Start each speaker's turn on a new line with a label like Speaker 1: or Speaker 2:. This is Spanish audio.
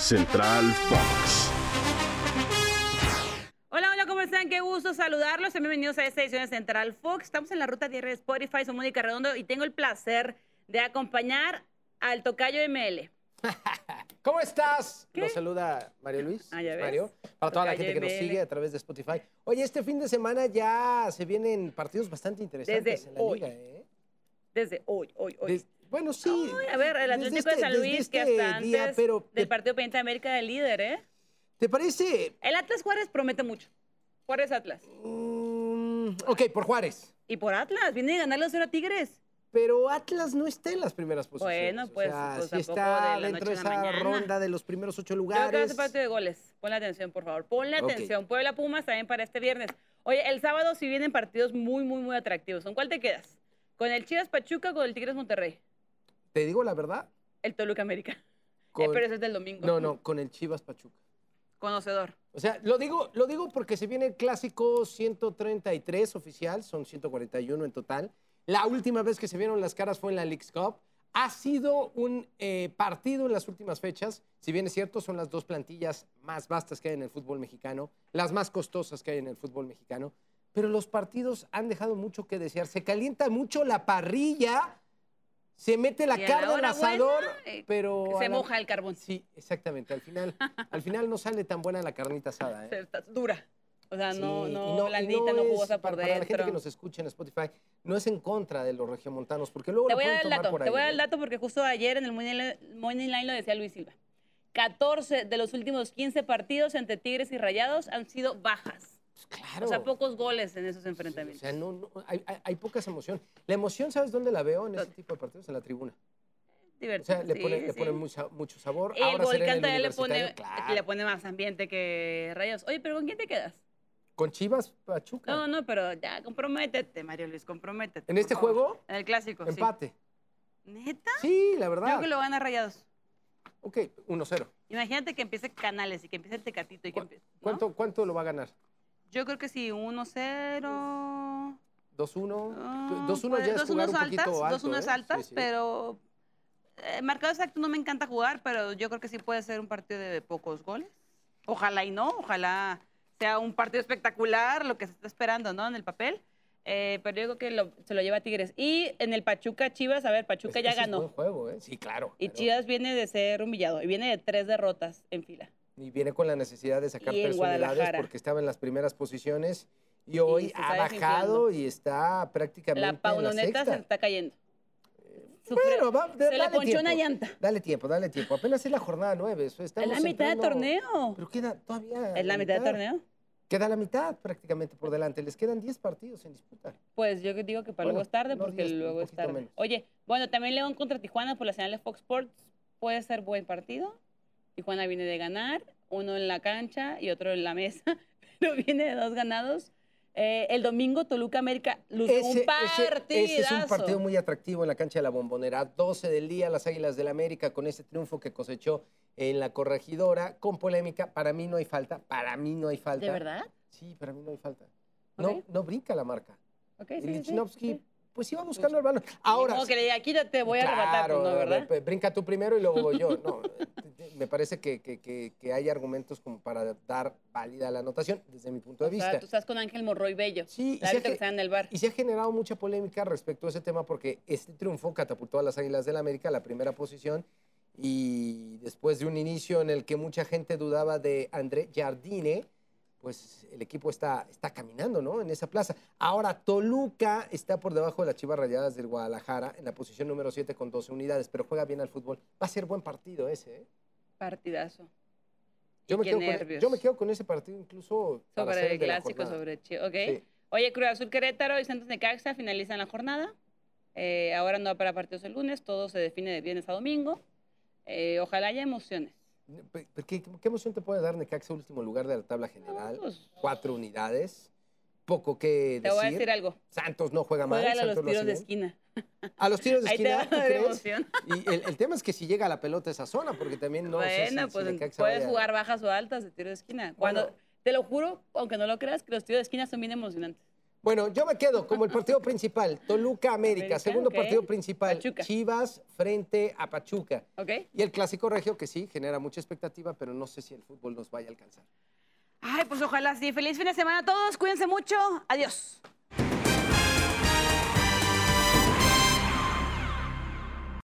Speaker 1: Central Fox.
Speaker 2: Hola, hola, ¿cómo están? Qué gusto saludarlos. Sean bienvenidos a esta edición de Central Fox. Estamos en la ruta tierra de Spotify, soy Mónica Redondo y tengo el placer de acompañar al tocayo ML.
Speaker 3: ¿Cómo estás?
Speaker 2: ¿Qué?
Speaker 3: Nos saluda Mario Luis.
Speaker 2: Ah, ya ves.
Speaker 3: Mario. Para toda la
Speaker 2: Tocayo
Speaker 3: gente que nos
Speaker 2: ML.
Speaker 3: sigue a través de Spotify. Oye, este fin de semana ya se vienen partidos bastante interesantes
Speaker 2: Desde
Speaker 3: en la
Speaker 2: hoy.
Speaker 3: liga, ¿eh?
Speaker 2: Desde hoy, hoy, hoy.
Speaker 3: Des- bueno, sí.
Speaker 2: Uy, a ver, el
Speaker 3: desde
Speaker 2: Atlético
Speaker 3: este-
Speaker 2: de San
Speaker 3: desde
Speaker 2: Luis, que
Speaker 3: este
Speaker 2: hasta
Speaker 3: día,
Speaker 2: antes
Speaker 3: pero,
Speaker 2: del
Speaker 3: ¿te,
Speaker 2: partido pendiente de América del líder, ¿eh?
Speaker 3: te parece?
Speaker 2: El Atlas Juárez promete mucho. Juárez Atlas.
Speaker 3: Mm, ok, por Juárez.
Speaker 2: Y por Atlas, viene de ganarle 0 a Tigres.
Speaker 3: Pero Atlas no está en las primeras posiciones.
Speaker 2: Bueno, pues,
Speaker 3: O sea,
Speaker 2: pues,
Speaker 3: sí
Speaker 2: tampoco
Speaker 3: está
Speaker 2: de la
Speaker 3: dentro de
Speaker 2: noche a la
Speaker 3: esa
Speaker 2: mañana.
Speaker 3: ronda de los primeros ocho
Speaker 2: Yo creo que va a
Speaker 3: lugares.
Speaker 2: ser partido de goles. Pon la atención, por favor. Pon la
Speaker 3: Ok.
Speaker 2: atención. Puebla Pumas también para este viernes. Oye, el sábado sí vienen partidos muy, muy, muy atractivos. ¿Con cuál te quedas? ¿Con el Chivas Pachuca o con el Tigres Monterrey?
Speaker 3: Te digo la verdad.
Speaker 2: El Toluca América. Eh,
Speaker 3: con-
Speaker 2: pero ese es del domingo.
Speaker 3: No, no, con el Chivas Pachuca.
Speaker 2: Conocedor.
Speaker 3: O sea, lo digo, lo digo porque se viene el clásico 133 oficial, son 141 en total. La última vez que se vieron las caras fue en la Leagues Cup. Ha sido un eh, partido en las últimas fechas. Si bien es cierto, son las dos plantillas más vastas que hay en el fútbol mexicano, las más costosas que hay en el fútbol mexicano. Pero los partidos han dejado mucho que desear. Se calienta mucho la parrilla, se mete la
Speaker 2: Y a la
Speaker 3: carne al
Speaker 2: hora buena,
Speaker 3: asador,
Speaker 2: eh,
Speaker 3: pero.
Speaker 2: Se
Speaker 3: a la-
Speaker 2: moja el carbón.
Speaker 3: Sí, exactamente. Al final, al final no sale tan buena la carnita asada. ¿eh?
Speaker 2: Se- está dura. O sea, Ah, no,
Speaker 3: Sí,
Speaker 2: no,
Speaker 3: y y
Speaker 2: blandita, no,
Speaker 3: es-
Speaker 2: jugosa por dentro.
Speaker 3: para, para la gente que nos escucha en Spotify, no es en contra de los regiomontanos, porque luego
Speaker 2: Te
Speaker 3: lo
Speaker 2: voy a
Speaker 3: pueden
Speaker 2: dar el
Speaker 3: tomar
Speaker 2: dato,
Speaker 3: por ahí.
Speaker 2: te voy a dar el
Speaker 3: ¿eh?
Speaker 2: dato porque justo ayer en el Morning Morning Line lo decía Luis Silva. 14 de los últimos 15 partidos entre Tigres y Rayados han sido bajas.
Speaker 3: Pues claro.
Speaker 2: O sea, pocos goles en esos
Speaker 3: O
Speaker 2: enfrentamientos.
Speaker 3: sea, no, no, hay, hay- hay pocas emoción. La emoción, ¿sabes dónde la veo en este
Speaker 2: ¿Dónde?
Speaker 3: tipo de partidos? En la tribuna. O
Speaker 2: Divertido,
Speaker 3: sea, le
Speaker 2: sí,
Speaker 3: ponen, le
Speaker 2: sí.
Speaker 3: ponen mucha- mucho sabor.
Speaker 2: El
Speaker 3: Ahora
Speaker 2: gol
Speaker 3: será en
Speaker 2: canta
Speaker 3: el
Speaker 2: le pone,
Speaker 3: universitario, claro.
Speaker 2: le pone más ambiente que Rayados. Oye, pero ¿con quién te quedas?
Speaker 3: Con Chivas, Pachuca.
Speaker 2: No, no, pero ya, comprométete, Mario Luis, comprométete.
Speaker 3: ¿En
Speaker 2: por
Speaker 3: este
Speaker 2: favor.
Speaker 3: juego?
Speaker 2: En el clásico, sí.
Speaker 3: Empate.
Speaker 2: ¿Neta?
Speaker 3: Sí, la
Speaker 2: Yo
Speaker 3: verdad.
Speaker 2: creo que lo van a Rayados.
Speaker 3: Ok, 1-0.
Speaker 2: Imagínate que empiece Canales y que empiece el Tecatito y que
Speaker 3: ¿Cu-
Speaker 2: empiece- ¿no?
Speaker 3: ¿Cuánto, ¿Cuánto lo va a ganar?
Speaker 2: Yo creo que sí, 1-0.
Speaker 3: 2-1.
Speaker 2: ah,
Speaker 3: 2-1
Speaker 2: puede-
Speaker 3: ya es
Speaker 2: 2-1
Speaker 3: jugar un
Speaker 2: altas,
Speaker 3: poquito alto.
Speaker 2: 2-1
Speaker 3: ¿eh?
Speaker 2: es altas,
Speaker 3: Sí, sí.
Speaker 2: pero eh, marcado exacto no me encanta jugar, pero yo creo que sí puede ser un partido de pocos goles. Ojalá y no, ojalá sea un partido espectacular, lo que se está esperando, ¿no? En el papel. Eh, pero yo creo que lo- se lo lleva Tigres. Y en el Pachuca Chivas, a ver, Pachuca
Speaker 3: Ese-
Speaker 2: ya
Speaker 3: ese es buen
Speaker 2: ganó.
Speaker 3: juego, ¿eh? Sí, claro.
Speaker 2: Y
Speaker 3: claro.
Speaker 2: Chivas viene de ser humillado y viene de tres derrotas en fila.
Speaker 3: Y viene con la necesidad de sacar
Speaker 2: Y en
Speaker 3: tres unidades
Speaker 2: Guadalajara.
Speaker 3: porque estaba en las primeras posiciones y hoy
Speaker 2: se
Speaker 3: ha
Speaker 2: está
Speaker 3: bajado y está prácticamente
Speaker 2: La
Speaker 3: en la
Speaker 2: paunoneta se
Speaker 3: sexta. Eh,
Speaker 2: está cayendo. Sufre-
Speaker 3: Bueno, va-
Speaker 2: se
Speaker 3: dale
Speaker 2: le ponchó
Speaker 3: tiempo.
Speaker 2: una llanta.
Speaker 3: Dale tiempo, dale tiempo. Apenas es la jornada nueve. eso,
Speaker 2: Es
Speaker 3: estamos
Speaker 2: la mitad de
Speaker 3: entrando-
Speaker 2: torneo.
Speaker 3: Pero queda todavía...
Speaker 2: ¿Es la mitad de torneo?
Speaker 3: Queda la mitad prácticamente por delante. Les quedan 10 partidos en disputa.
Speaker 2: Pues yo que digo que para luego
Speaker 3: Bueno,
Speaker 2: es tarde,
Speaker 3: unos
Speaker 2: porque
Speaker 3: días, un
Speaker 2: luego es
Speaker 3: poquito
Speaker 2: tarde.
Speaker 3: menos.
Speaker 2: Oye, bueno, también León contra Tijuana por la señal de Fox Sports. Puede ser buen partido. Tijuana viene de ganar, uno en la cancha y otro en la mesa, pero viene de dos ganados. Eh, el domingo Toluca América luce un partidazo.
Speaker 3: ese es un partido muy atractivo en la cancha de la Bombonera. 12 del día, las Águilas del América con ese triunfo que cosechó en la corregidora, con polémica. Para mí no hay falta, para mí no hay falta.
Speaker 2: ¿De verdad?
Speaker 3: Sí, para mí no hay falta.
Speaker 2: Ok.
Speaker 3: No, no brinca la marca.
Speaker 2: Ok,
Speaker 3: Y
Speaker 2: sí, sí, sí,
Speaker 3: Lichnowsky,
Speaker 2: sí.
Speaker 3: pues iba buscando el balón. Ahora.
Speaker 2: Como que le diga, quítate, voy a arrebatar,
Speaker 3: claro,
Speaker 2: pues no, ¿verdad?
Speaker 3: re- Brinca tú primero y luego voy yo. No, eh, me parece que, que- que- que hay argumentos como para dar válida la anotación desde mi punto de
Speaker 2: O
Speaker 3: vista.
Speaker 2: sea, tú estás con Ángel Morroy Bello,
Speaker 3: Sí,
Speaker 2: la
Speaker 3: sí,
Speaker 2: árbitro que
Speaker 3: que-
Speaker 2: está en el bar.
Speaker 3: y se ha generado mucha polémica respecto a ese tema porque este triunfo catapultó a las Águilas del América a la primera posición y después de un inicio en el que mucha gente dudaba de André Jardine, pues el equipo está, está caminando ¿no? en esa plaza. Ahora Toluca está por debajo de las Chivas Rayadas del Guadalajara en la posición número 7 con 12 unidades, pero juega bien al fútbol. Va a ser buen partido ese. ¿eh?
Speaker 2: Partidazo.
Speaker 3: Yo, me
Speaker 2: qué
Speaker 3: quedo con, e-
Speaker 2: nervios.
Speaker 3: yo me quedo con ese partido incluso para ser
Speaker 2: Sobre el
Speaker 3: de la
Speaker 2: clásico,
Speaker 3: jornada.
Speaker 2: sobre Chivas. Ok.
Speaker 3: Sí.
Speaker 2: Oye, Cruz Azul Querétaro y Santos Necaxa finalizan la jornada. Eh, ahora no para partidos el lunes, todo se define de viernes a domingo. Eh, ojalá haya emociones.
Speaker 3: Pe- pe- ¿Qué, qué emoción te puede dar Necaxa, último lugar de la tabla general?
Speaker 2: Vamos.
Speaker 3: Cuatro unidades, poco que decir.
Speaker 2: pues, Te voy a decir algo.
Speaker 3: Santos no juega mal.
Speaker 2: Juega a los
Speaker 3: Santos lo
Speaker 2: tiros
Speaker 3: hace
Speaker 2: de
Speaker 3: bien.
Speaker 2: esquina.
Speaker 3: A los tiros de
Speaker 2: Ahí te
Speaker 3: esquina.
Speaker 2: va a
Speaker 3: ¿tú
Speaker 2: dar
Speaker 3: crees?
Speaker 2: emoción.
Speaker 3: Y el, el tema es que si llega la pelota a esa zona, porque también no sé si-
Speaker 2: bueno,
Speaker 3: si
Speaker 2: pues
Speaker 3: Necaxa
Speaker 2: puedes
Speaker 3: vaya-
Speaker 2: jugar bajas o altas de tiro de esquina. Cuando,
Speaker 3: Bueno.
Speaker 2: te lo juro, aunque no lo creas, que los tiros de esquina son bien emocionantes.
Speaker 3: Bueno, yo me quedo como el partido principal, Toluca América,
Speaker 2: América,
Speaker 3: segundo
Speaker 2: ok.
Speaker 3: partido principal,
Speaker 2: Pachuca.
Speaker 3: Chivas frente a Pachuca.
Speaker 2: ¿Ok?
Speaker 3: Y el clásico regio que sí, genera mucha expectativa, pero no sé si el fútbol nos vaya a alcanzar.
Speaker 2: Ay, pues ojalá sí. Feliz fin de semana a todos. Cuídense mucho. Adiós.